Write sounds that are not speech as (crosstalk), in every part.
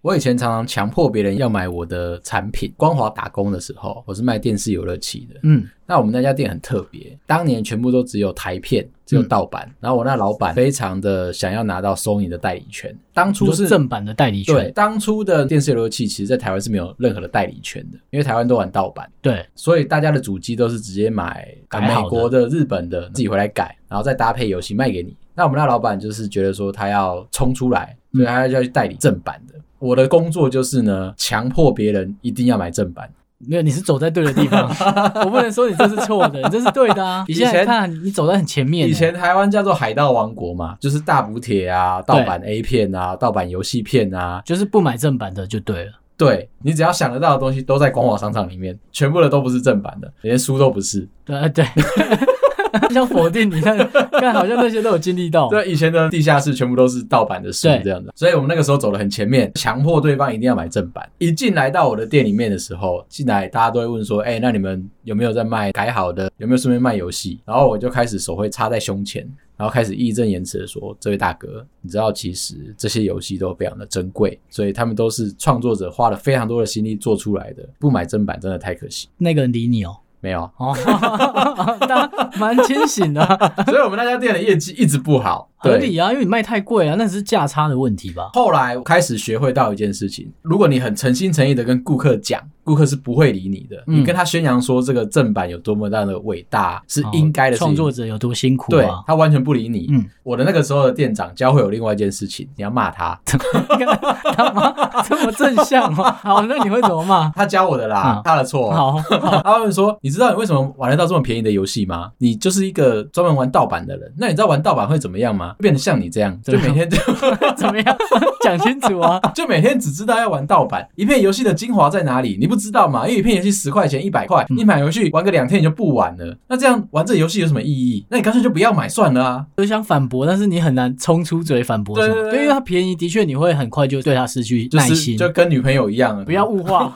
我以前常常强迫别人要买我的产品。光华打工的时候，我是卖电视游乐器的。嗯，那我们那家店很特别，当年全部都只有台片，只有盗嗯版。然后我那老板非常的想要拿到 Sony 的代理权，当初就是是正版的代理对权，当初的电视游乐器，其实在台湾是没有任何的代理权的，因为台湾都玩盗版，对，所以大家的主机都是直接买呃改美好的国的、日本的，自己回来改，然后再搭配游戏卖给你。那我们那老板就是觉得说他要冲出来，嗯所以他就要去代理正版的。我的工作就是呢，强迫别人一定要买正版。没有，你是走在对的 (laughs) 地方，我不能说你这是错的，你这是对的啊。以你前现在看你走在很前面欸，以前台湾叫做海盗王国嘛，就是大补帖啊、盗版 A 片啊、盗版游戏片啊，就是不买正版的就对了。对你只要想得到的东西都在光华商场里面，全部的都不是正版的，连书都不是。对啊对， (laughs) 像否定你看，看好像那些都有经历到。对，以前的地下室全部都是盗版的书哦对这样的，所以我们那个时候走得很前面，强迫对方一定要买正版。一进来到我的店里面的时候，进来大家都会问说：“哎、那你们有没有在卖改好的？有没有顺便卖游戏？”然后我就开始手会插在胸前，然后开始义正言辞的说：“这位大哥，你知道其实这些游戏都非常的珍贵，所以他们都是创作者花了非常多的心力做出来的，不买正版真的太可惜。”那个人理你哦，没有，哦， (laughs) 大家蛮清醒的啊，所以我们那家店的业绩一直不好，合对理啊，因为你卖太贵啊，那只是价差的问题吧？后来我开始学会到一件事情：如果你很诚心诚意的跟顾客讲，顾客是不会理你的。嗯你跟他宣扬说这个正版有多么大的伟大，是应该的事哦创情。作者有多辛苦对啊？他完全不理你。嗯我的那个时候的店长教会有另外一件事情，你要骂 (laughs) 他， (laughs) 他妈这么正向吗？好，那你会怎么骂？他教我的啦，嗯他的错。好， (laughs) 他们说：“你知道你为什么玩得到这么便宜的游戏吗？你就是一个专门玩盗版的人。那你知道玩盗版会怎么样吗？变得像你这样，就怎么每样天就怎么样？讲清楚啊！就每天只知道要玩盗版，一片游戏的精华在哪里？你不知道嘛？因为一片游戏十块钱、一百块，嗯你买回去玩个两天你就不玩了。那这样玩这游戏有什么意义？那你干脆就不要买算了啊！我想反驳，但是你很难冲出嘴反驳什么。对对对因为它便宜，的确你会很快就对它失去就耐是心。就跟女朋友一样，啊不要物化，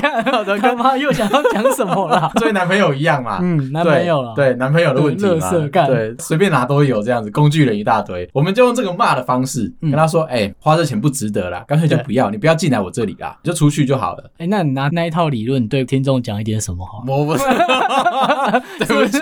看他妈又想要讲什么啦？追男朋友一样嘛。嗯，男对朋友了，对男朋友的 (laughs) 问题对嘛，垃圾干对，随便拿都有这样子，工具人一大堆。我们就用这个骂的方式嗯跟他说：“哎、花这钱不值得啦，干脆就对不要，你不要进来我这里啦，你就出去就好了。哎，那你拿那一套理论对听众讲一点什么好”？我不 (laughs) 是，对不起，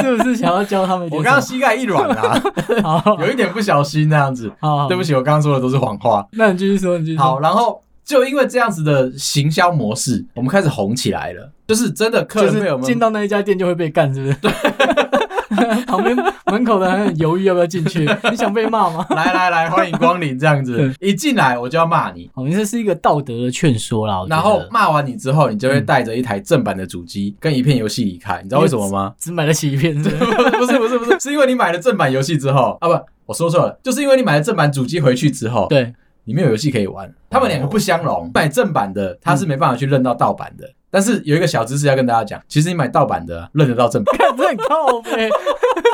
是不是想要教他们一点我什刚刚么？膝盖一软 (laughs) 啦，好好有一点不小心那样子。好，对不起，起，我刚刚说的都是谎话。那你继续说，你继续说。好，，然后就因为这样子的行销模式，我们开始红起来了。就是真的客就人被我是们进到那一家店就会被干，是不是？对。旁边门口的人很犹豫要不要进去，你想被骂吗？ (laughs) 来来来，欢迎光临这样 (laughs) 子，一进来我就要骂你。哦，你这是一个道德的劝说啦。我觉得然后骂完你之后，你就会带着一台正版的主机跟一片游戏离开，你知道为什么吗？只买得起一片， (laughs) 是不是不是不是不是，是因为你买了正版游戏之后啊，不，我说错了，就是因为你买了正版主机回去之后，对，哦里面有游戏可以玩，他们两个不相容。买正版的他嗯是没办法去认到盗版的，但是有一个小知识要跟大家讲，其实你买盗版的认得到正版。看这很靠背。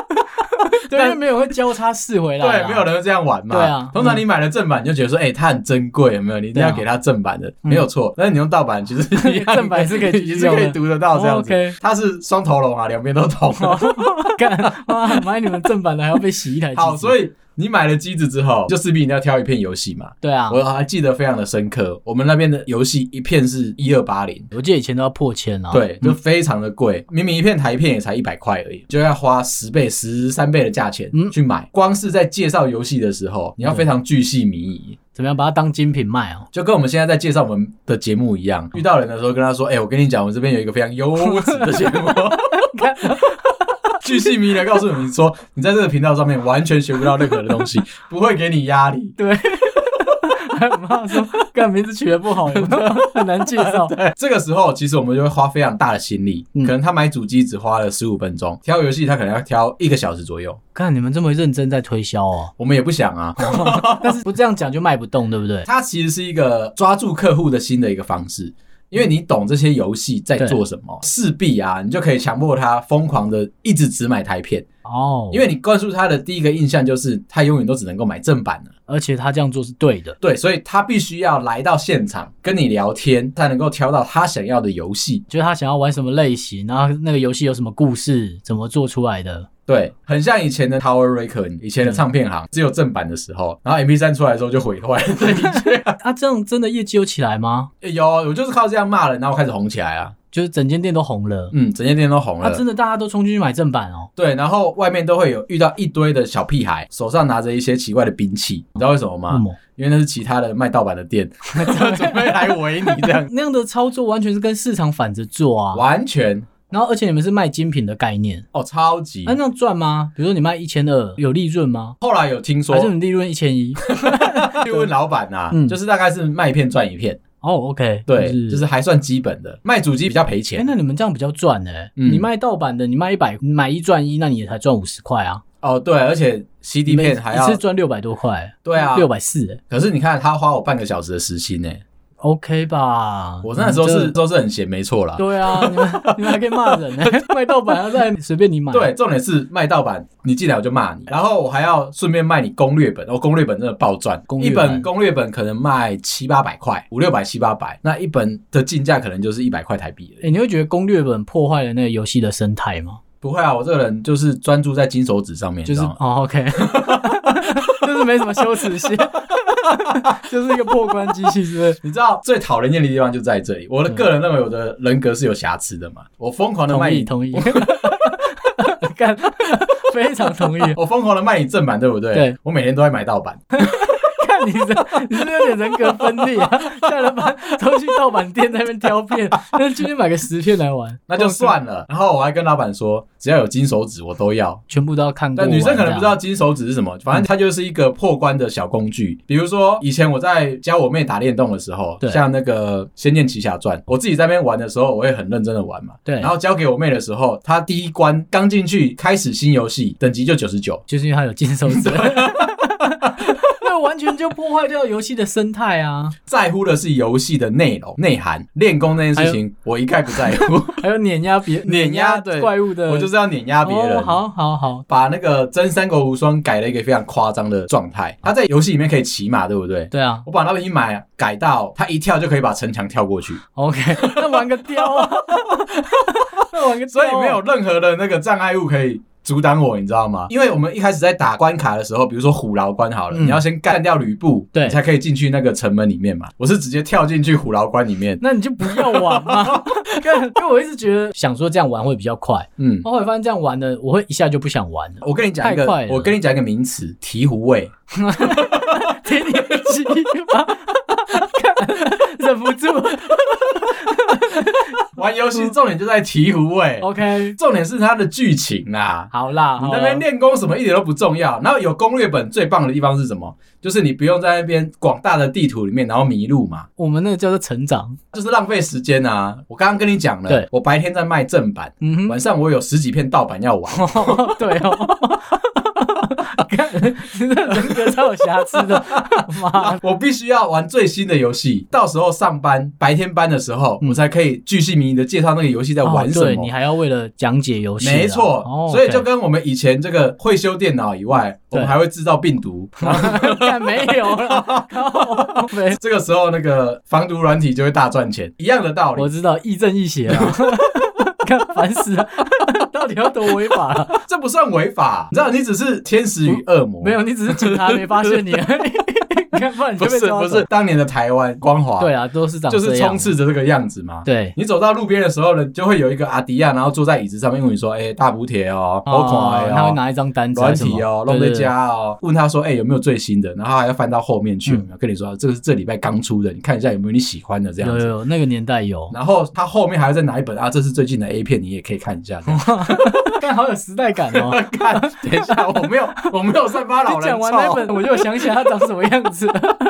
(laughs) 对，因为没有人会交叉试回来啦。对，没有人会这样玩嘛。啊对啊通常你买了正版，你就觉得说，哎、它很珍贵，有没有？你一定要对啊给它正版的，没有错。但是你用盗版，其 (laughs) 实一样正版是可以也是可以读得到这样子。哦，OK 它是双头龙啊，两边都捅。 (laughs) (laughs) 干哇，买你们正版的还要被洗一台机子。好，所以以你买了机子之后，就势必一定要挑一片游戏嘛。对啊，我还记得非常的深刻，我们那边的游戏一片是一二八零，我记得以前都要破千啊。对，就嗯非常的贵，明明一片台片也才一百块而已，就要花十倍、十三倍的价钱嗯去买。光是在介绍游戏的时候，你要非常巨细靡遗，怎么样把它当精品卖 (laughs) 哦？就跟我们现在在介绍我们的节目一样，嗯遇到人的时候跟他说：“哎、我跟你讲，我们这边有一个非常优质的 (laughs) 节目。”巨细靡遗的告诉你说，你在这个频道上面完全学不到任何的东 (laughs) 西，不会给你压力。还有妈说，干名字取得不好，有没有 (laughs) 很难介绍。这个时候，其实我们就会花非常大的心力。嗯可能他买主机只花了十五分钟，挑游戏他可能要挑一个小时左右。看你们这么认真在推 (laughs) 销哦，我们也不想啊，但是不这样讲就卖不动，对不对？它其实是一个抓住客户的新的一个方式，因为你懂这些游戏在对做什么，势必啊，你就可以强迫他疯狂的一直只买台片。哦，因为你灌输他的第一个印象就是他永远都只能够买正版的，而且他这样做是对的，对，所以他必须要来到现场跟你聊天，才能够挑到他想要的游戏。 (laughs) 就是他想要玩什么类型，然后那个游戏有什么故事，怎么做出来的。对，很像以前的 Tower Record，以前的唱片行、只有正版的时候，然后 MP 3出来的时候就毁坏了这一切。啊，这样真的业绩有起来吗？欸 (laughs) 有，我就是靠这样骂人，然后开始红起来啊。就是整间店都红了，嗯，整间店都红了。啊，真的大家都冲进去买正版哦。对，然后外面都会有遇到一堆的小屁孩，手上拿着一些奇怪的兵器，你知道为什么吗？为什么因为那是其他的卖盗版的 (laughs) 店，嗯准备来围你这样，那样的操作完全是跟市场反着做 (laughs) 啊。完全然后而且你们是卖精品的概念，啊哦，超级那、。那样赚吗？比如说你卖一千二，有利润吗？后来有听说还是你利润一千一？ (laughs) 去问老板呐、啊，嗯就是大概是卖一片赚一片，哦，OK， (laughs) 对，就是、就是还算基本的。卖主机比较赔哎、钱那你们这样比较赚呢、嗯你卖盗版的，你卖一百，你买一赚一，那你也才赚五十块啊。哦，对，而且 CD 你们片还要一次赚六百多块，欸对啊六百四欸可是你看他花我半个小时的时薪呢、 ，OK 吧？我那时候你是们这。都是很闲，没错啦。嗯对啊，你们 (laughs) 你们还可以骂人呢、 (laughs) 卖盗版啊，再随便你买。对，，重点是卖盗版，你进来我就骂你，然后我还要顺便卖你攻略本，哦，攻略本真的爆赚，攻一略版本攻略本可能卖七八百块，五六百七八百，那一本的进价可能就是一百块台币哎、而已。你会觉得攻略本破坏了那个游戏的生态吗？不会啊，我这个人就是专注在金手指上面，就是你知道吗哦，OK，就是没什么羞耻心， (laughs) 就是一个破关机器，是不是？你知道最讨人厌的地方就在这里。嗯我的个人认为我的人格是有瑕疵的嘛，我疯狂的卖同意，你，同意。 (laughs) 干，非常同意。我疯狂的卖你正版，对不对？对，我每天都在买盗版。看你这，你是不是有点人格分裂啊！下了班都去盗版店在那边挑片，那今天买个十片来玩，那就算了。然后我还跟老板说，只要有金手指我都要。全部都要看过但完。女生可能不知这道样，金手指是什么，反正它就是一个破关的小工具。比如说，以前我在教我妹打电动的时候，对像那个《仙剑奇侠传》，我自己在那边玩的时候，我会很认真的玩嘛。对然后交给我妹的时候，她第一关刚进去开始新游戏，等级就九十九。就是因为他有金手指。 (laughs) 那完全就破坏掉游戏的生态啊！在乎的是游戏的内容、内涵、练功那件事情，我一概不在 (laughs) 乎。还有碾压别碾压对怪物的，我就是要碾压别人。哦好好好，把那个《真三国无双》改了一个非常夸张的状态。他在游戏里面可以骑马，对不对？对啊我把那本一买改到他一跳就可以把城墙跳过去， (laughs) ，OK，那玩个雕啊， (laughs) 那玩个雕啊，所以没有任何的那个障碍物可以。阻挡我，你知道吗？因为我们一开始在打关卡的时候，比如说虎牢关好了，嗯你要先干掉吕布，对你才可以进去那个城门里面嘛。我是直接跳进去虎牢关里面，那你就不要玩 (laughs) 嘛。因为我一直觉得 (laughs) 想说这样玩会比较快，嗯，后来发现这样玩呢，我会一下就不想玩了。我跟你讲一哦太个快，了我跟你讲一个名词，醍醐味。 (laughs) 天天鸡吗？ (laughs) 忍不 (laughs) 住 (laughs) 玩游戏重点就在醍醐味， ，OK，重点是它的剧情啦。好啦，你好那啦边练功什么一点都不重要，然后有攻略本最棒的地方是什么？就是你不用在那边广大的地图里面然后迷路嘛，我们那个叫做成长，就是浪费时间啊！我刚刚跟你讲了对，我白天在卖正版，嗯晚上我有十几片盗版要玩， (laughs) 哼，对哦。 (laughs) 看，你这人格超有瑕疵的，妈我必须要玩最新的游戏，到时候上班白天班的时候，嗯我才可以巨细靡遗的介绍那个游戏在玩什哦对么你。还要为了讲解游戏啊，没错，哦所以就 OK 跟我们以前这个会修电脑以外，我们对还会制造病毒。干没有了，靠没这个时候，那个防毒软体就会大赚钱，一样的道理我。知道亦正亦邪啊，看烦死了，到底要多违法了？这不算违法，你知道，你只是天使与恶魔。没有，你只是警察没发现你而已，看不然你 (laughs) 就不被是抓不走是，，当年的台湾光华，对啊，都是长就这是样充，斥着这个样子嘛。对，你走到路边的时候呢，就会有一个阿迪亚，然后坐在椅子上面问你说：“哎、大补铁哦，好款他会哦，拿一张单子还软是什么，体哦，弄对在对对家哦。”问他说：“哎、有没有最新的？”然后还要翻到后面嗯去，有没有跟你说这个是这礼拜刚出的，你看一下有没有你喜欢的这样有子。有有那个年代有，然后他后面还要再拿一本啊，这是最近的 A 片，你也可以看一下。这样但好有时代感哦。 (laughs) 看，等一下，我没有，我没有散发老你人讲完臭那本，我就想起来它长什么样子。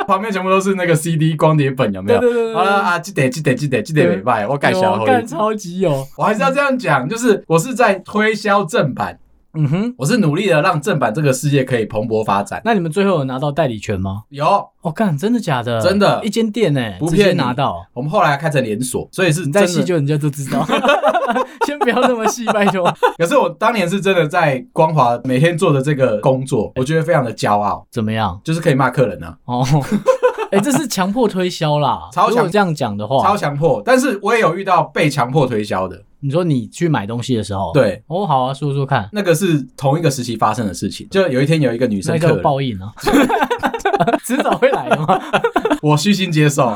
旁边全部都是那个 CD 光碟本，有没有？对对对对对好了啊，记得记得记得记得对礼拜，我改小有，后干超级有，我还是要这样讲，就是我是在推销正版，嗯哼。我是努力的让正版这个世界可以蓬勃发展。那你们最后有拿到代理权吗？有，哦，干，真的假的？啊真的一间店呢，不直骗接你拿到。我们后来开成连锁，所以是你再真细的。究人家就知 (laughs) 道，先不要那么细，拜托。可是我当年是真的在光华每天做的这个工作，我觉得非常的骄傲，怎么样？就是可以骂客人啊， (laughs) 哦，哎、这是强迫推销啦。超强如果这样讲的话，超强迫。但是我也有遇到被强迫推销的，你说你去买东西的时候，，对，哦，好啊，说说看，那个是同一个时期发生的事情。就有一天有一个女生那客叫人，报应 (laughs) 啊，迟早会来的嘛。我虚心接受。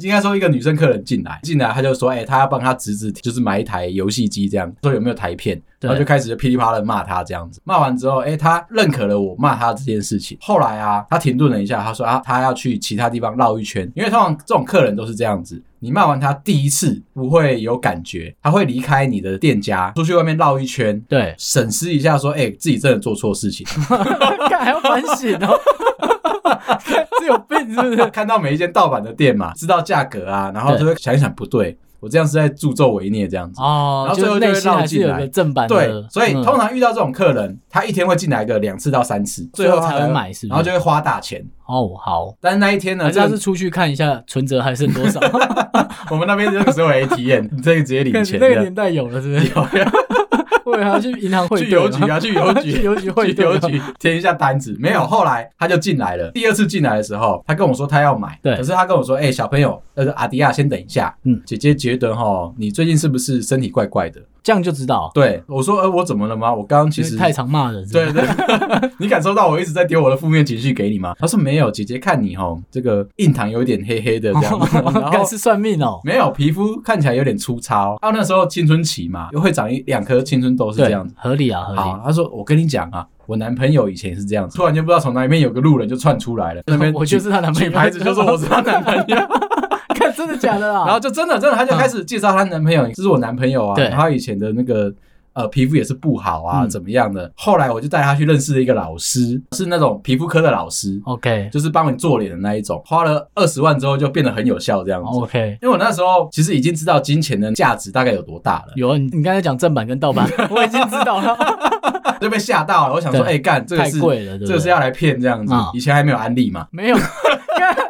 应该说一个女生客人进来，进来她就说，哎、她要帮她侄子就是买一台游戏机，这样说有没有台片，对然后就开始就噼里啪啦地骂她这样子。骂完之后，哎、她认可了我骂她这件事情。后来啊，她停顿了一下，她说啊，她要去其他地方绕一圈，因为通常这种客人都是这样子。你骂完他第一次不会有感觉，他会离开你的店家，出去外面绕一圈，，对 (laughs) 审视一下，说：“哎、自己真的做错事情。干还要反省 (laughs) 哦， (laughs) 看这有病是不是？看到每一间盗版的店 (laughs) 嘛，知道价格啊，然后就会想一想，不对，我这样是在助纣为虐这样子。哦然，后最后就是就会内心还是有绕进来个正版对的，，所以嗯通常遇到这种客人，他一天会进来个两次到三次，最最后后才他会买是不是然后就会花大钱。哦好，但是那 (laughs) 一天呢，反啊这正样是子出去看一下存折还 (laughs) 剩多少，我们那边就只有 ATM，你这个直接领看钱那个的。年代有了是 (laughs) 不是？我以为还要去银行汇 (laughs) 去兑邮局啊，(laughs) 嘛去邮 (laughs) 去局，啊邮局汇去兑邮嘛，局填一下单子。没有，后来他就进来了。第二次进来的时候，他跟我说他要买，嗯对可是他跟我说，哎、小朋友，那个阿迪亚先等一下，嗯姐姐觉得哈，你最近是不是身体怪怪的？这样就知道，对，我说，呃，我怎么了吗？我刚刚其因为实太常骂人是不是， (laughs) 对对， (laughs) 你感受到我一直在丢我的负面情绪给你吗？他说没有，姐姐看你吼，这个印堂有点黑黑的这哦样， (laughs) 然干后是算命哦，没有皮肤看起来有点粗糙。啊，那时候青春期嘛，又会长一两颗青春痘是这对样子。，合理啊，合好理。，他说我跟你讲啊，我男朋友以前是这样子，突然间不知道从哪里面有个路人就窜出来了，那边 (laughs) 我就是她男朋举友，牌子就说我 (laughs) 是她男朋友，看真的假的啊？然后就真的真的，她就开始介绍她男朋友，这是我男朋友啊，对然后他以前的那个。呃，皮肤也是不好啊，嗯怎么样的？后来我就带她去认识了一个老师，是那种皮肤科的老师， OK 就是帮你做脸的那一种。花了二十万之后，就变得很有效这样子。 OK，因为我那时候其实已经知道金钱的价值大概有多大了，有啊，你你刚才讲正版跟 (laughs) 盗版，我已经知道了，就被吓到了。 (laughs) 我想说，哎、对干这个太是贵了，对不对？这个是要来骗这样子嗯。以前还没有安利嘛，没有，干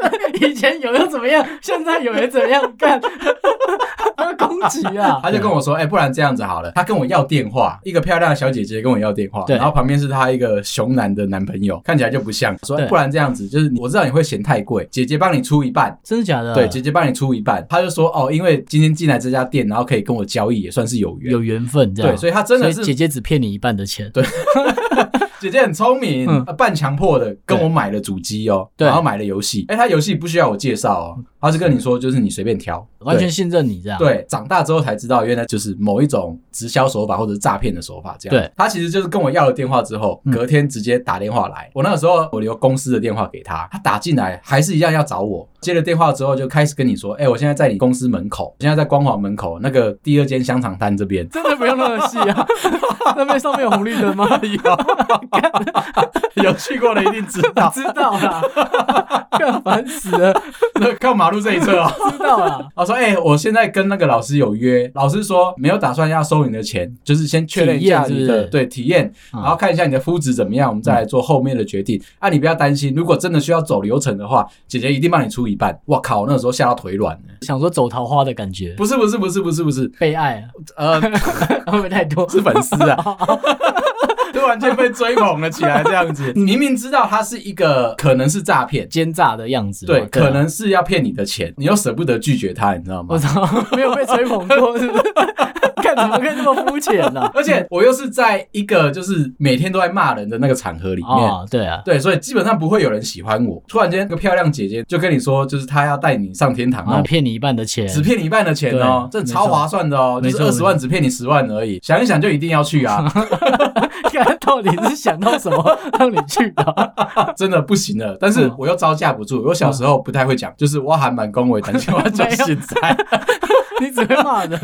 以前有又怎么样，现在有又怎么样， (laughs) 干，不要攻击啊！他就跟我说：“哎、不然这样子好了。”他跟我要电话，一个漂亮的小姐姐跟我要电话，对然后旁边是她一个熊男的男朋友，看起来就不像。说：“哎对不然这样子，就是我知道你会嫌太贵，姐姐帮你出一半。”真的假的？对，姐姐帮你出一半，他就说哦，因为今天进来这家店，然后可以跟我交易，也算是有缘。有缘分这样，对，所以他真的是所以姐姐只骗你一半的钱，对姐姐很聪明，嗯呃半强迫的跟对我买了主机哦，对嗯然后买了游戏。哎，他游戏不需要我介绍哦，他是跟你说就是你随便挑，完全信任你这样，对，长大之后才知道，原来就是某一种直销手法或者是诈骗的手法。这样，对，他其实就是跟我要了电话之后，嗯隔天直接打电话来。我那个时候我留公司的电话给他，他打进来还是一样要找我。接了电话之后就开始跟你说，哎、我现在在你公司门口，我现在在光华门口那个第二间香肠摊这边。 (laughs) 真的不用那么细 (laughs) 啊，那边上面有红绿灯吗？啊有去过的一定知 (laughs) 道，知道啦， (laughs) 干烦死了，那靠马路这一侧哦。知道啦，他说：“哎、我现在跟那个老师有约，老师说没有打算要收你的钱，就是先确认一下体你验是不的是对体验，嗯然后看一下你的肤质怎么样，我们再来做后面的决定。啊，你不要担心，如果真的需要走流程的话，姐姐一定帮你出一半。我靠，那个时候吓到腿软了。 (laughs) 想说走桃花的感觉，不是不是不是不是不是，被爱 (laughs) 啊，呃， (laughs) 会不会太多？是粉丝啊。” (laughs) 突然间被追捧了起来，这样 (laughs) 子，你明明知道它是一个可能是诈骗，奸诈的样子嘛，对，啊可能是要骗你的钱，你又舍不得拒绝他，你知道吗我？操， (laughs) 没有被吹捧过，是不是？看怎么可以这么肤浅 (laughs) 呢？而且我又是在一个就是每天都在骂人的那个场合里面。啊，对啊，对，所以基本上不会有人喜欢我。突然间，一个漂亮姐姐就跟你说，就是她要带你上天堂，然那后我啊骗你一半的钱，只骗你一半的钱哦，对这超划算的哦，没就错是二十万没只骗你十万而已。想一想就一定要去 (laughs) 啊，看到底是想到什么让你去的？真的不行了。但是嗯我又招架不住，我小时候不太会讲，就是我还蛮恭维，但是我 (laughs) 就现在你只会骂人，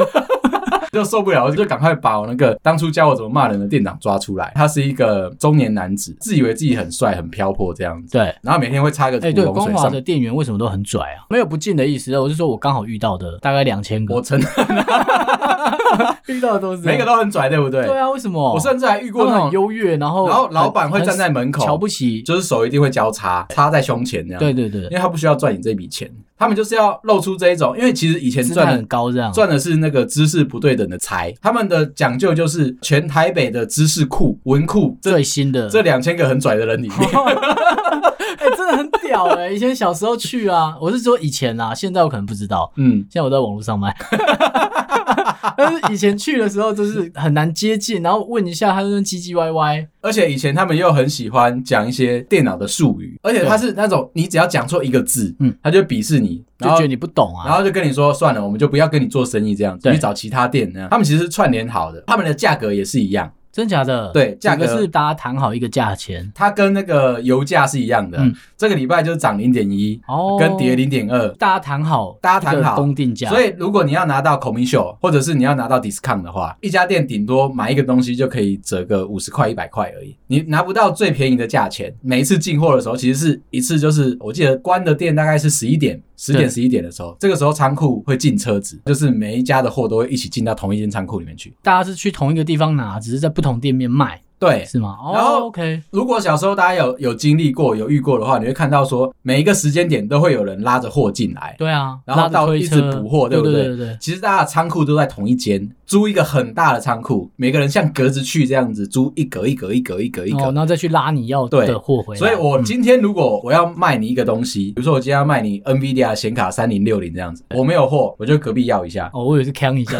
就受不了，我就赶快把我那个当初教我怎么骂人的店长抓出来。他是一个中年男子，自以为自己很帅很飘魄这样子， (laughs) 对。然后每天会擦个古哎、对，龙光水华上的店员为什么都很拽啊？没有不敬的意思，我是说我刚好遇到的大概两千个我， (laughs) 承认遇到的都是这每样个都很拽，对不对？ (laughs) 对啊，为什么？我甚至还遇过他们那种，很优越，然后然后老板会很站在门口瞧不起，就是手一定会交叉，插在胸前这样。对，对对因，为他不需要赚你这笔钱，他们就是要露出这一种，因为其实以前姿态赚很的。高这样，赚的是那个知识不对等的财，他们的讲究就是全台北的知识库、文库这最新的，这两千个很拽的人里面，(laughs) 哎、真的很屌哎、以前小时候去啊，我是说以前啊，现在我可能不知道，嗯，现在我在网络上卖， (laughs) 但是以前去的时候就是很难接近，然后问一下，他就那边唧唧歪歪。而且以前他们又很喜欢讲一些电脑的术语，而且他是那种你只要讲错一个字，嗯嗯，他就鄙视你，就然后觉得你不懂然啊。后就跟你说算了，我们就不要跟你做生意这样子，对你去找其他店呢。他们其实是串联好的，他们的价格也是一样，真假的？对价价格格是大家谈好一个价钱它跟那个油价是一样的。嗯这个礼拜就是涨零点一，哦，跟跌，零点二。大家谈好，大家谈好一个公定价，所以以，如果你要拿到 commission，或者是你要拿到 discount 的话，一家店顶多买一个东西就可以折个五十块、一百块而已，你拿不到最便宜的价钱。每一次进货的时候，其实是一次就是，我记得关的店大概是十一点、十对点、十一点的时候，这个时候仓库会进车子，就是每一家的货都会一起进到同一间仓库里面去。大家是去同一个地方拿，只是在不同店面卖，对，是吗？然哦后，OK，如果小时候大家有有经历过、有遇过的话，你会看到说每一个时间点都会有人拉着货进来。对啊，然后拉着到推一直车补货对对不对对对对。其实大家的仓库都在同一间，租一个很大的仓库，每个人像格子去这样子租一格一格一格一格一哦，格。然后再去拉你要对的货回来。所以，我今天如果我要卖你一个东西，比如说我今天要卖你 NVIDIA 显卡三零六零这样子，我没有货，我就隔壁要一下，哦，我以为是 (laughs) 坑一下，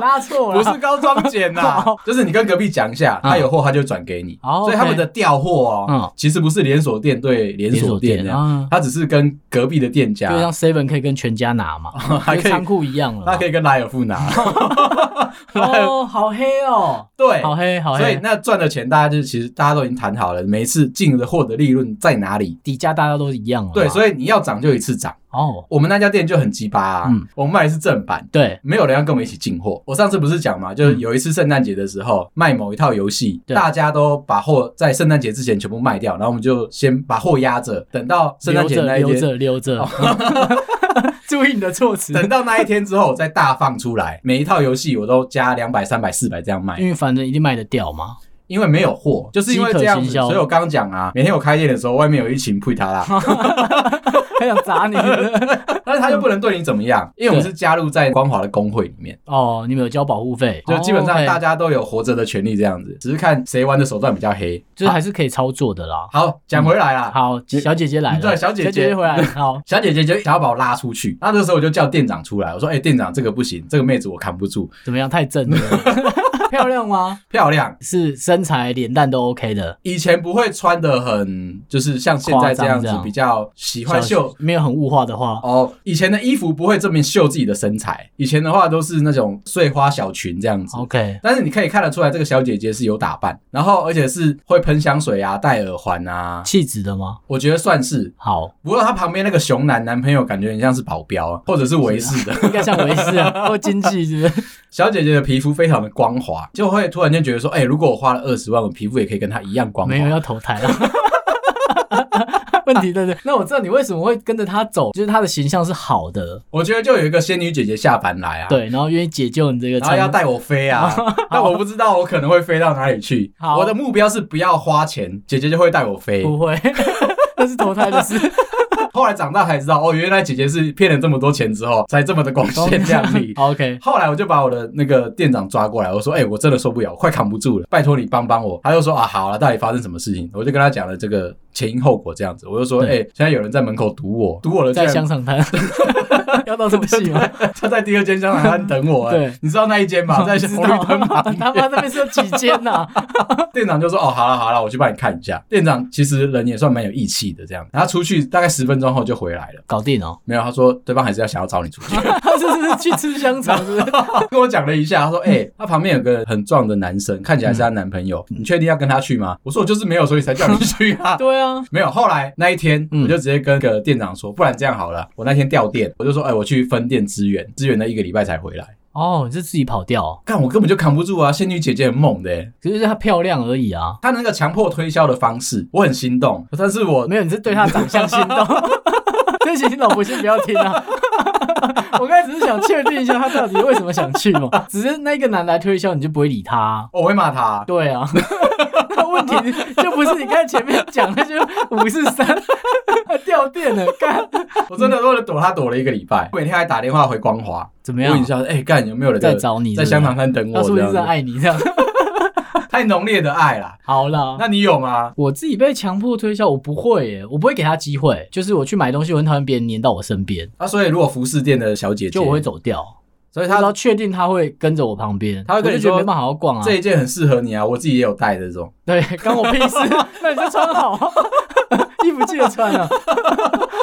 拉 (laughs) 错了，不是高装检 (laughs) 呐哦，就是你跟隔壁讲一下，他有货他就转给你。嗯哦所以他们的调货嗯哦，其实不是连锁店对连锁店这样，啊，他只是跟隔壁的店就家，像 Seven 可以跟全家拿嘛， (laughs) 还跟可以仓库一样了嘛。他可以跟莱尔富 (laughs) 拿。哦，好黑哦， (laughs) 对，好黑好所以黑，那赚的钱，大家就其实大家都已经谈好了，每一次进的货的利润在哪里？底价大家都一样了嘛。对，以所以你要涨就一次涨。哦，我们那家店就很鸡巴啊，嗯我们卖的是正版，对，没有人要跟我们一起进货。我上次不是讲嘛，就是有一次圣诞节的时候卖某一套游戏，嗯对大家都把货在圣诞节之前全部卖掉，然后我们就先把货压着，等到圣诞留节着那一留天。哦着留着， (laughs) 注意你的措辞，等到那一天之后，我再大放出来，每一套游戏我都加两百、三百、四百这样卖。因为反正一定卖得掉嘛。因为没有货，就是因为这样饥渴子，行销所以我刚刚讲啊，每天我开店的时候，外面有一群配 (laughs) 他啦，还想砸你？但是他又不能对你怎么样，嗯因为我们是加入在光华的工会里面， (laughs) 哦，你们有交保护费，就基本哦上，OK 大家都有活着的权利，这样子，只是看谁玩的手段比较黑。就是还是可以操作的啦。好，讲回来啦，好，小姐姐来了，对小姐姐回来了，好，小姐姐就想要把我拉出去，那这时候我就叫店长出来，我说：“哎、店长，这个不行，这个妹子我扛不住，怎么样？太正 (laughs) 了，漂亮吗？漂亮。”是身材、脸蛋都 OK 的，以前不会穿的很，就是像现在这样夸张这子样比较喜欢秀小没有很物化的话，哦，以前的衣服不会这么秀自己的身材，以前的话都是那种碎花小裙这样子。 OK，但是你可以看得出来，这个小姐姐是有打扮，然后而且是会喷香水啊，戴耳环啊，气质的吗？我觉得算是。好，不过她旁边那个熊男男朋友感觉很像是保镖啊，或者是维士的应该像维斯啊，或经济是不是？小姐姐的皮肤非常的光滑，就会突然间觉得说，哎、如果我花了二十万，我皮肤也可以跟她一样光滑没。有要投胎了。 (laughs) 问题对不对？那我知道你为什么会跟着他走，就是他的形象是好的，我觉得就有一个仙女姐姐下凡来啊，，对，然后愿意解救你这个然后残，要带我飞啊， (laughs) 但我不知道我可能会飞到哪里去。好哦我的目标是不要花钱，姐姐就会带我飞。不 (laughs) 会，那是投胎的 (laughs) 事。。后来长大才知道，哦，原来姐姐是骗了这么多钱之后，才这么的光鲜亮丽 OK，后来我就把我的那个店长抓过来，我说：“哎、我真的受不了，我快扛不住了，拜托你帮帮我。”他就说：“啊，好了，到底发生什么事情？”我就跟他讲了这个前因后果这样子。我就说：“哎、对现在有人在门口堵我，堵我了，居在然香肠 (laughs) 摊要到这么细吗？ (laughs) 他在第二间香肠摊等我、哎对你知道那一间吗？在知红绿道灯旁边 (laughs) 他妈那边是有几间啊呐、店长就说：“哦，好了好了，我去帮你看一下。”店长其实人也算蛮有义气的，这样。然后出去大概十分钟后就回来了。搞定哦！没有，他说对方还是要想要找你出去。他 (laughs) 是不是去吃香 (laughs) 肠？是不是？跟我讲了一下，他说：“嗯哎、他旁边有个很壮的男生，看起来是她男朋友，嗯你确定要跟他去吗？”我说：“我就是没有，所以才叫你去啊。”对啊， (laughs) 没有，后来那一天，嗯我就直接跟个店长说，不然这样好了，我那天调店，我就说，哎、我去分店支援，支援了一个礼拜才回来。哦，你是自己跑掉、哦，但我根本就扛不住啊！仙女姐姐很猛的、欸，只是她漂亮而已啊。她那个强迫推销的方式，我很心动，但是我没有，你是对她长相心 (laughs) 动。对不起，你老婆先不要听啊。我刚才只是想确定一下她到底为什么想去嘛，只是那个男来推销，你就不会理他、啊哦我会骂 (laughs) 她。对啊，那问题就不是你刚才前面讲那些五四三掉电了，干我真的为了躲她躲了一个礼拜，每天还打电话回光华怎么样问一？下，哎、干有没有人在找你在香港滩等他我？是不这样是真的子，爱你这样？太浓烈的爱啦。好啦，那你有吗？我自己被强迫推销，我不会耶，我不会给他机会。就是我去买东西，我很讨厌别人黏到我身边，啊，所以如果服饰店的小姐姐，就我会走掉。所以他他只要确定他会跟着我旁边，他会跟我你就觉得说没办法好好逛啊。这一件很适合你啊，我自己也有带的这种。 (laughs) 对，关我屁事，那你就穿好啊， (laughs) 衣服记得穿啊。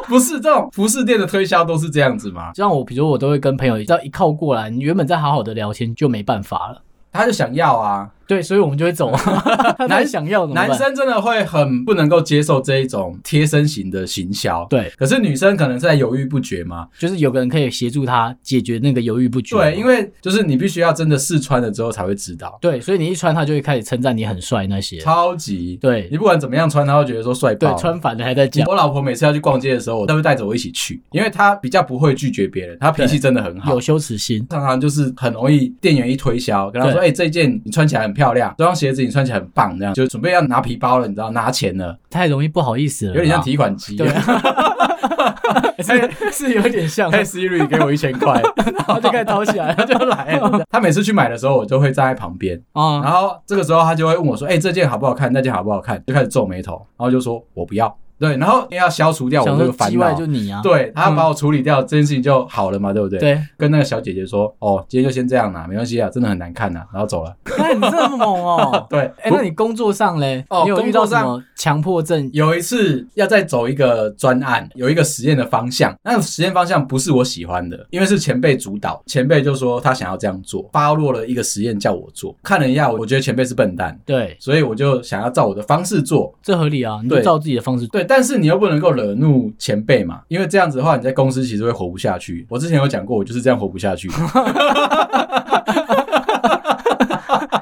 不是这种服饰店的推销都是这样子吗？就像我，比如说我都会跟朋友，只要一靠过来，你原本在好好的聊天就没办法了。他就想要啊，对，所以我们就会走啊。 (laughs) 他男男想要怎么办男生真的会很不能够接受这一种贴身型的行销。对，可是女生可能是在犹豫不决嘛，就是有个人可以协助他解决那个犹豫不决嘛。对，因为就是你必须要真的试穿了之后才会知道，对，所以你一穿他就会开始称赞你很帅那些。超级，对你不管怎么样穿，他会觉得说帅爆对了，。穿反了还在讲。我老婆每次要去逛街的时候，都会带着我一起去，因为她比较不会拒绝别人，她脾气真的很好有。羞耻心，常常就是很容易，店员一推销，跟他说：“哎、这件你穿起来很漂亮，这双鞋子你穿起来很棒。”这样就准备要拿皮包了，你知道，拿钱了，太容易不好意思了啦，有点像提款机。 (laughs) 对，是是有点像，嘿 Siri，给我一千 (laughs) 块。他就开始掏起来了，就来了他每次去买的时候，我就会站在旁边，啊， (laughs) 然后这个时候他就会问我说：“哎、这件好不好看？那件好不好看？”就开始皱眉头，然后就说：“我不要。”对，然后因为要消除掉我想这说个烦机外恼就，你啊，对他把我处理掉、这件事情就好了嘛，对不对？， (laughs) 对，跟那个小姐姐说：“哦，今天就先这样啦，没关系啊，真的很难看呐、然后走了。。那你这么猛 (laughs) 哦对，哎，那你工作上嘞，哦你有遇到工作什上么强迫症？有一次要再走一个专案，有一个实验的方向，那个实验方向不是我喜欢的，因为是前辈主导，前辈就说他想要这样做，发落了一个实验叫我做，看了一下，我觉得前辈是笨蛋，对，所以我就想要照我的方式做。这合理啊，你就对照自己的 (laughs) 方式。对，但是你又不能够惹怒前辈嘛，因为这样子的话，你在公司其实会活不下去。我之前有讲过，我就是这样活不下去。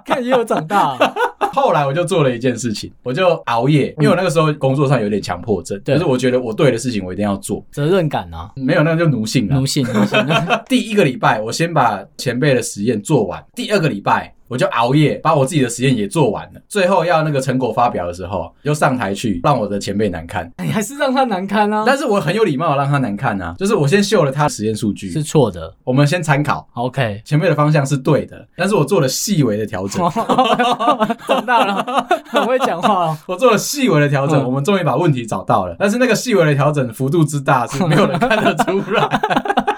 看也有长大，啊 (laughs) 后来我就做了一件事情，我就熬夜，因为我那个时候工作上有点强迫症，对就是我觉得我对的事情我一定要做，责任感啊，没有那就奴性了奴。性奴性。第一个礼拜，我先把前辈的实验做完；第二个礼拜，我就熬夜把我自己的实验也做完了。最后要那个成果发表的时候，就上台去让我的前辈难堪。 (laughs) 你还是让他难堪啊，但是我很有礼貌，让他难堪啊。就是我先秀了他的实验数是据，错的。我们先参考 OK，前辈的方向是对的，但是我做了细微的调整，长大 (laughs) 了，很会讲话哦。我做了细微的调整，嗯我们终于把问题找到了。但是那个细微的调整幅度之大，是没有人看得出来。 (laughs)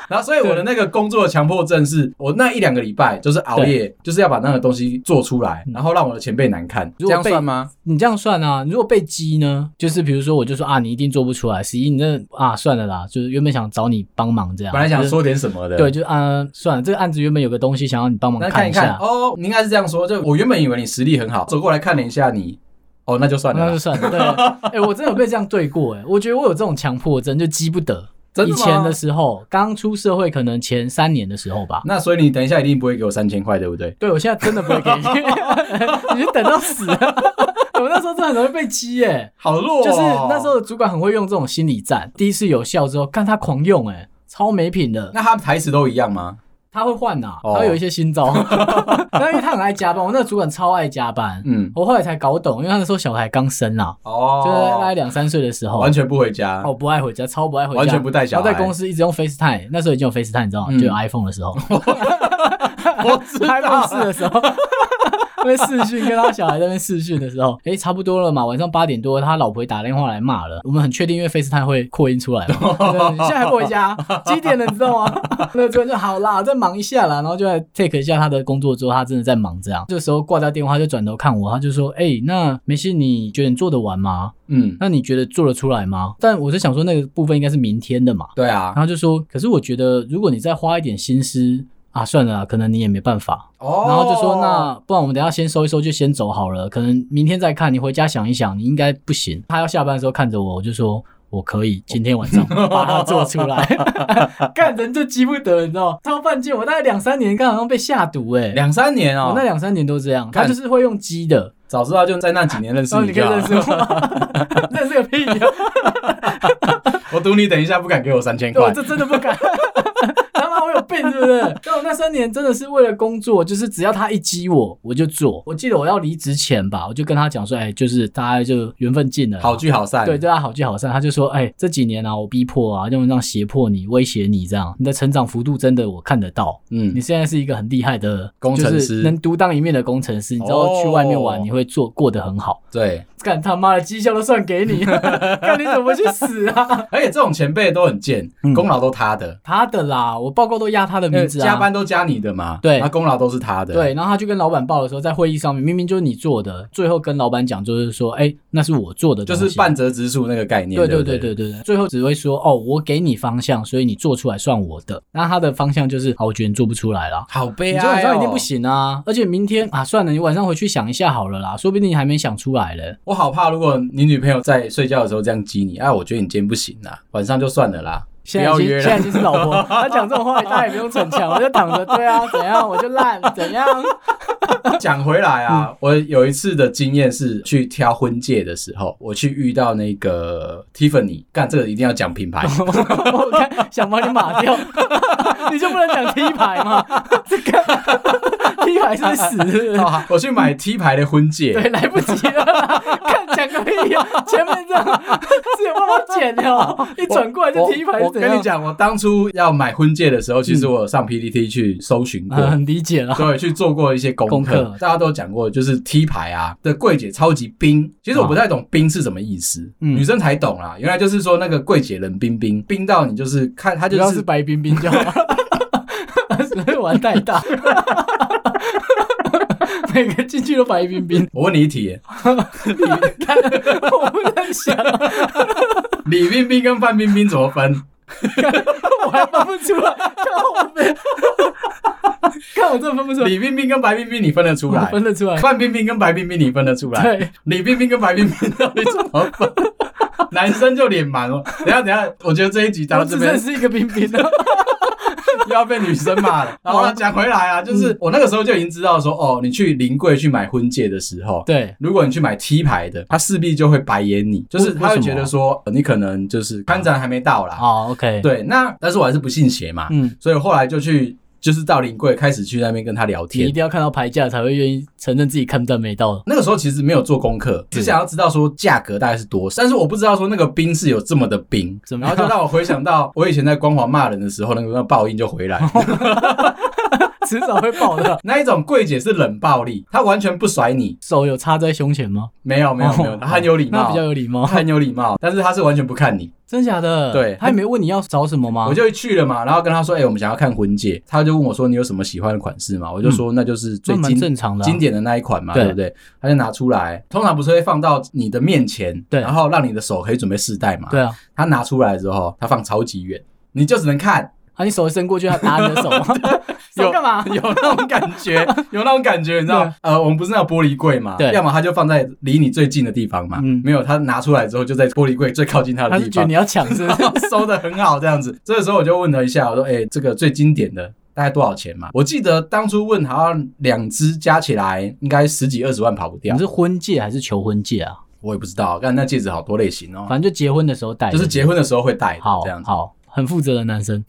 然后，所以我的那个工作的强迫症是，我那一两个礼拜就是熬夜，就是要把那个东西做出来，然后让我的前辈难看，嗯这如果样被算吗？你这样算啊？如果被激呢？就是比如说，我就说啊，你一定做不出来。十一，你那啊，算了啦，就是原本想找你帮忙这样，本来想说点什么的，就是，啊对，，就啊，算了，这个案子原本有个东西想要你帮忙那看一一看下，哦，你应该是这样说，就我原本以为你实力很好，走过来看了一下你，哦，那就算了那就啦，算了。(laughs) 对，哎、我真的有被这样对过、哎，我觉得我有这种强迫症，就激不得。真的以吗前的时候，刚出社会，可能前三年的时候吧。那所以你等一下一定不会给我三千块，对不对？对，我现在真的不会给你，你 (laughs) 就等到死。啊我那时候真的很容易被激耶、哎好弱、哦，就是那时，候的主管很会用这种心理战，第一次有效之后，看他狂用、哎，超没品的。那他台词都一样吗？他会换呐、哦他会有一些新招。 (laughs) 那、因为他很爱加班，我那个主管超爱加班。嗯，我后来才搞懂，因为他那时候小孩刚生啦、哦，就是大概两三岁的时候，完全不回家，哦不爱回家，超不爱回家，完全不带小孩然后在公司一直用 FaceTime，那时候已经有 FaceTime，你知道吗？嗯就有 iPhone 的时候 (laughs) 我知，iPhone 四的时候。在视讯跟他小孩在那边视讯的时候，诶、差不多了嘛，晚上八点多，他老婆也打电话来骂了。我们很确定，因为 FaceTime 会扩音出来嘛。对你现在还不回家？几点了？你知道吗？那主管就好啦，再忙一下啦，然后就来 take 一下他的工作之后，他真的在忙这样。这时候挂掉电话，他就转头看我，他就说：“哎、那梅西，你觉得你做得完吗？嗯，那你觉得做得出来吗？”但我是想说，那个部分应该是明天的嘛。对啊然，后就说：“可是我觉得，如果你再花一点心思啊，算了啦，可能你也没办法。”哦然后就说那不然我们等一下先收一收，就先走好了，可能明天再看。你回家想一想，你应该不行。他要下班的时候看着我，我就说我可以今天晚 (laughs) 上把它做出来。 (laughs) 干人就急不得，你知道，超犯贱。我大概两三年，刚好像被下毒哎、两三年哦我，那两三年都这样，他干就是会用鸡的，早知道就在那几年认识 (laughs) 然后你哦可以就好认了。识我， (laughs) 认识个屁呀、我赌你等一下不敢给我三千对我块。这真的不敢。 (laughs) 他妈，我有病是不是？但我那三年真的是为了工作，就是只要他一激我，我就做。我记得我要离职前吧，我就跟他讲说，哎、就是大家就缘分尽了，好聚好散，对，对他好聚好散。他就说，哎、这几年啊，我逼迫啊，用这样胁迫你、威胁你这样，你的成长幅度真的我看得到。嗯你，现在是一个很厉害的工程师就是能独当一面的工程师。你之后去外面玩，哦你会做过得很好。对，干他妈的绩效都算给 (laughs) 你，看你怎么去死啊！而且这种前辈都很贱，嗯功劳都他的，他的啦，我报告都压他的名字呃啊。加班都加你的嘛，对那功劳都是他的，对，，然后他去跟老板报的时候，在会议上面明明就是你做的，最后跟老板讲就是说，哎、那是我做的就东西，是半折直树那个概念，对对对不对对对对，最后只会说哦，我给你方向，所以你做出来算我的。那他的方向就是，哦好，我觉得你做不出来啦。好悲你哀、哦，这晚上一定不。行啊！而且明天啊，算了，你晚上回去想一下好了啦，说不定你还没想出来嘞。我好怕，如果你女朋友在睡觉的时候这样激你，哎、我觉得你今天不行啦，晚上就算了啦，不现在要已经约现在了已。经是老婆，她讲这种话，大家也不用逞强，我就躺着，对啊，怎样我就烂，怎样。 (laughs) 讲回来啊，嗯我有一次的经验是去挑婚戒的时候，我去遇到那个 Tiffany，干这个一定要讲品 (laughs) 牌，我看想把你码 (laughs) 掉，你就不能讲 T 牌吗？这 (laughs) 个 T 牌是死，我去买 T 牌的婚戒，对，来不及 (laughs) 了啦，看讲个屁呀、前面这样是有办法剪的、哦，一转过来就我踢牌我是怎样？嗯跟你讲，我当初要买婚戒的时候，其实我有上 PPT 去搜寻过。啊，很理解了。对，去做过一些功功课，课大家都有讲过，就是 T 牌啊的柜姐超级冰。其实我不太懂冰是什么意思，嗯女生才懂啦。原来就是说那个柜姐冷冰冰，冰到你就是看她主要就是白冰冰 (laughs) 就好，只会玩太大，每个进去都白冰冰。我问你一题，看，我不能想，李冰冰跟范冰冰怎么分？我还分不 (laughs) 出来，看我分，看我真的分不出来，李冰冰跟白冰冰你分得出我来？分得出来。范冰冰跟白冰冰你分得出来？对，李冰冰跟白冰冰到底怎么 (laughs) 分？男生就脸盲哦。等一下等一下，我觉得这一集到我这只边认识一个冰冰了。 (laughs) 又要被女生骂 (laughs) 了。然后呢，讲回来啊，嗯就是我那个时候就已经知道说，哦，你去临柜去买婚戒的时候，对，如果你去买 T 牌的，他势必就会白眼你，就是啊他会觉得说，呃你可能就是看展还没到啦。好，OK，，对，那但是我还是不信邪嘛，嗯，所以后来就去。就是到临柜开始去那边跟他聊你一天，定要看到牌价才会愿意承认自己看不到没到的。 (laughs) 那个时候其实没有做功课，只想要知道说价格大概是多少，但是我不知道说那个冰是有这么的冰，怎么然样后就让我回想到我以前在光华骂人的时候，那个那个报应就回来了。迟早会爆的。那一种柜姐是冷暴力，她完全不甩你，手有插在胸前吗？没有没有没有，哦她很有礼那貌比较，有礼貌她。很有礼貌，但是她是完全不看你。真假的？对他也没问你要找什么吗？我就去了嘛，然后跟她说，哎、我们想要看婚戒，她就问我说，你有什么喜欢的款式嘛？我就说那就是最嗯那蛮经、正常的啊、经典的那一款嘛，对对不对？她就拿出来，通常不是会放到你的面前，对然后让你的手可以准备试戴嘛。对，啊，她拿出来之后，她放超级远，你就只能 (laughs) 看，啊，你手伸过去，他打你的 (laughs) 手吗？ (laughs) 手干嘛？有那种感觉， (laughs) 有那种感觉，你知道对？呃，我们不是那种玻璃柜嘛，对要么他就放在离你最近的地方嘛，嗯没有，他拿出来之后就在玻璃柜最靠近他他的地是 (laughs) 觉得方你，要抢是不是？然后收的很好这样子。这个时候我就问了一下，我说：“哎、这个最经典的。”大概多少钱嘛？我记得当初问好像两只加起来应该十几二十万跑不掉你，是婚戒还是求婚戒啊？我也不知道。但那戒指好多类型哦，反正就结婚的时候戴的，就是结婚的时候会戴的好这样子。好，很负责的男生。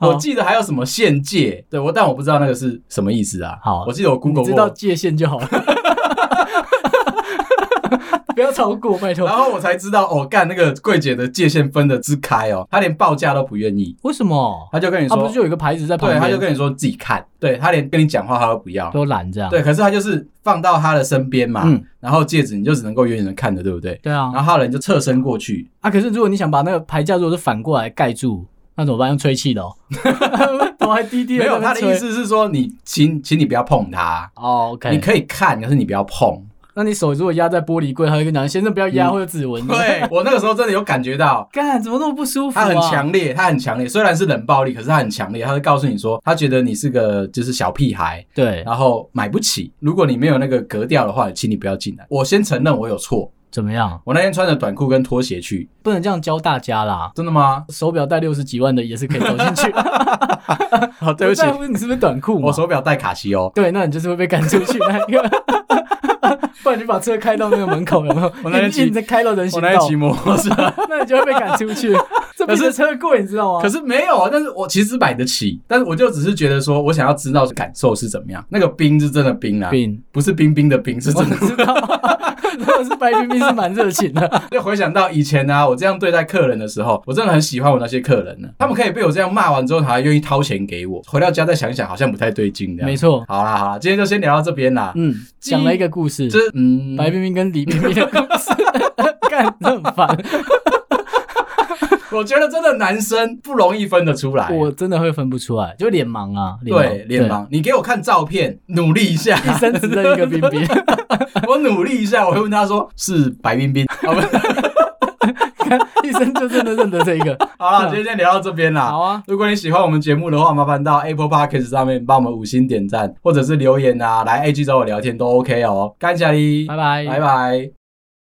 好我记得还有什么限戒，对我，但我不知道那个是什么意思啊。好我记得我 Google 你过，知道界限就好了， (laughs) 不要超过，拜托 (laughs) 然。后我才知道，哦，干那个柜姐的界限分的之开哦，她连报价都不愿意，为什么？她就跟你啊他不说，是就有一个牌子在旁对，边，她就跟你说自己看，对她连跟你讲话她都不要，都懒这样。对，可是她就是放到她的身边嘛，啊嗯然后戒指你就只能够远远的看着，对不对？对啊，然后她人就侧身过去，啊，可是如果你想把那个牌架如果是反过来盖住，那怎么办？用吹气 (laughs) 的哦，头还低低的没有，在那她边的吹。意思是说，你请请你不要碰她，哦你，OK。可以看，可是你不要碰。那你手如果压在玻璃柜，他会跟你讲：“先生，不要压，嗯会有 (laughs) 指纹。”，对我那个时候真的有感觉到，干，怎么那么不舒服啊？他很强烈，他很强烈，虽然是冷暴力，可是他很强烈，他会告诉你说，他觉得你是个就是小屁孩，对，然后买不起。如果你没有那个格调的话，请你不要进来。我先承认我有错，怎么样？我那天穿着短裤跟拖鞋去，不能这样教大家啦。真的吗？手表戴六十几万的也是可以走进去。 (laughs) 好， (laughs) 对不起在，乎 (laughs) 你是不是短裤嘛我手表戴卡西哦欧。对，那你就是会被赶出去那一个。 (laughs) 不然你把车开到那个门口，有没有？ (laughs) 我那天骑硬硬地开到人我行那天道骑，摩托车， (laughs) 那你就会被赶出去。这这不可是是车贵，你知道吗？可是 (laughs) 没有啊，但是我其实买得起，但是我就只是觉得说，我想要知道感受是怎么样。那个冰是真的冰啊，冰不是冰冰的冰，是 (laughs) 我真的。知道， (laughs) 如果是白冰冰是蛮热情 (laughs) 的，就回想到以前啊，我这样对待客人的时候，我真的很喜欢我那些客人呢、他们可以被我这样骂完之后，还愿意掏钱给我。回到家再想一想，好像不太对劲这样。没错。好啦好啦，今天就先聊到这边啦。嗯，记忆讲了一个故事，这嗯，白冰冰跟李冰冰的故 (laughs) 事，干这么烦，我觉得真的男生不容易分得出来。我真的会分不出来，就脸盲啊，哎对脸盲盲，你给我看照片，努力一下。对，一生只认一 (laughs) 个冰冰，我努力一下，我会问他说是白冰冰。好，不是一生就真的认得这一个。好了，今天先聊到这边啦。好啊，如果你喜欢我们节目的话，麻烦到 Apple Podcast 上面帮我们五星点赞，或者是留言啊，来 A G 找我聊天都 OK 哦。感谢你，拜拜，拜拜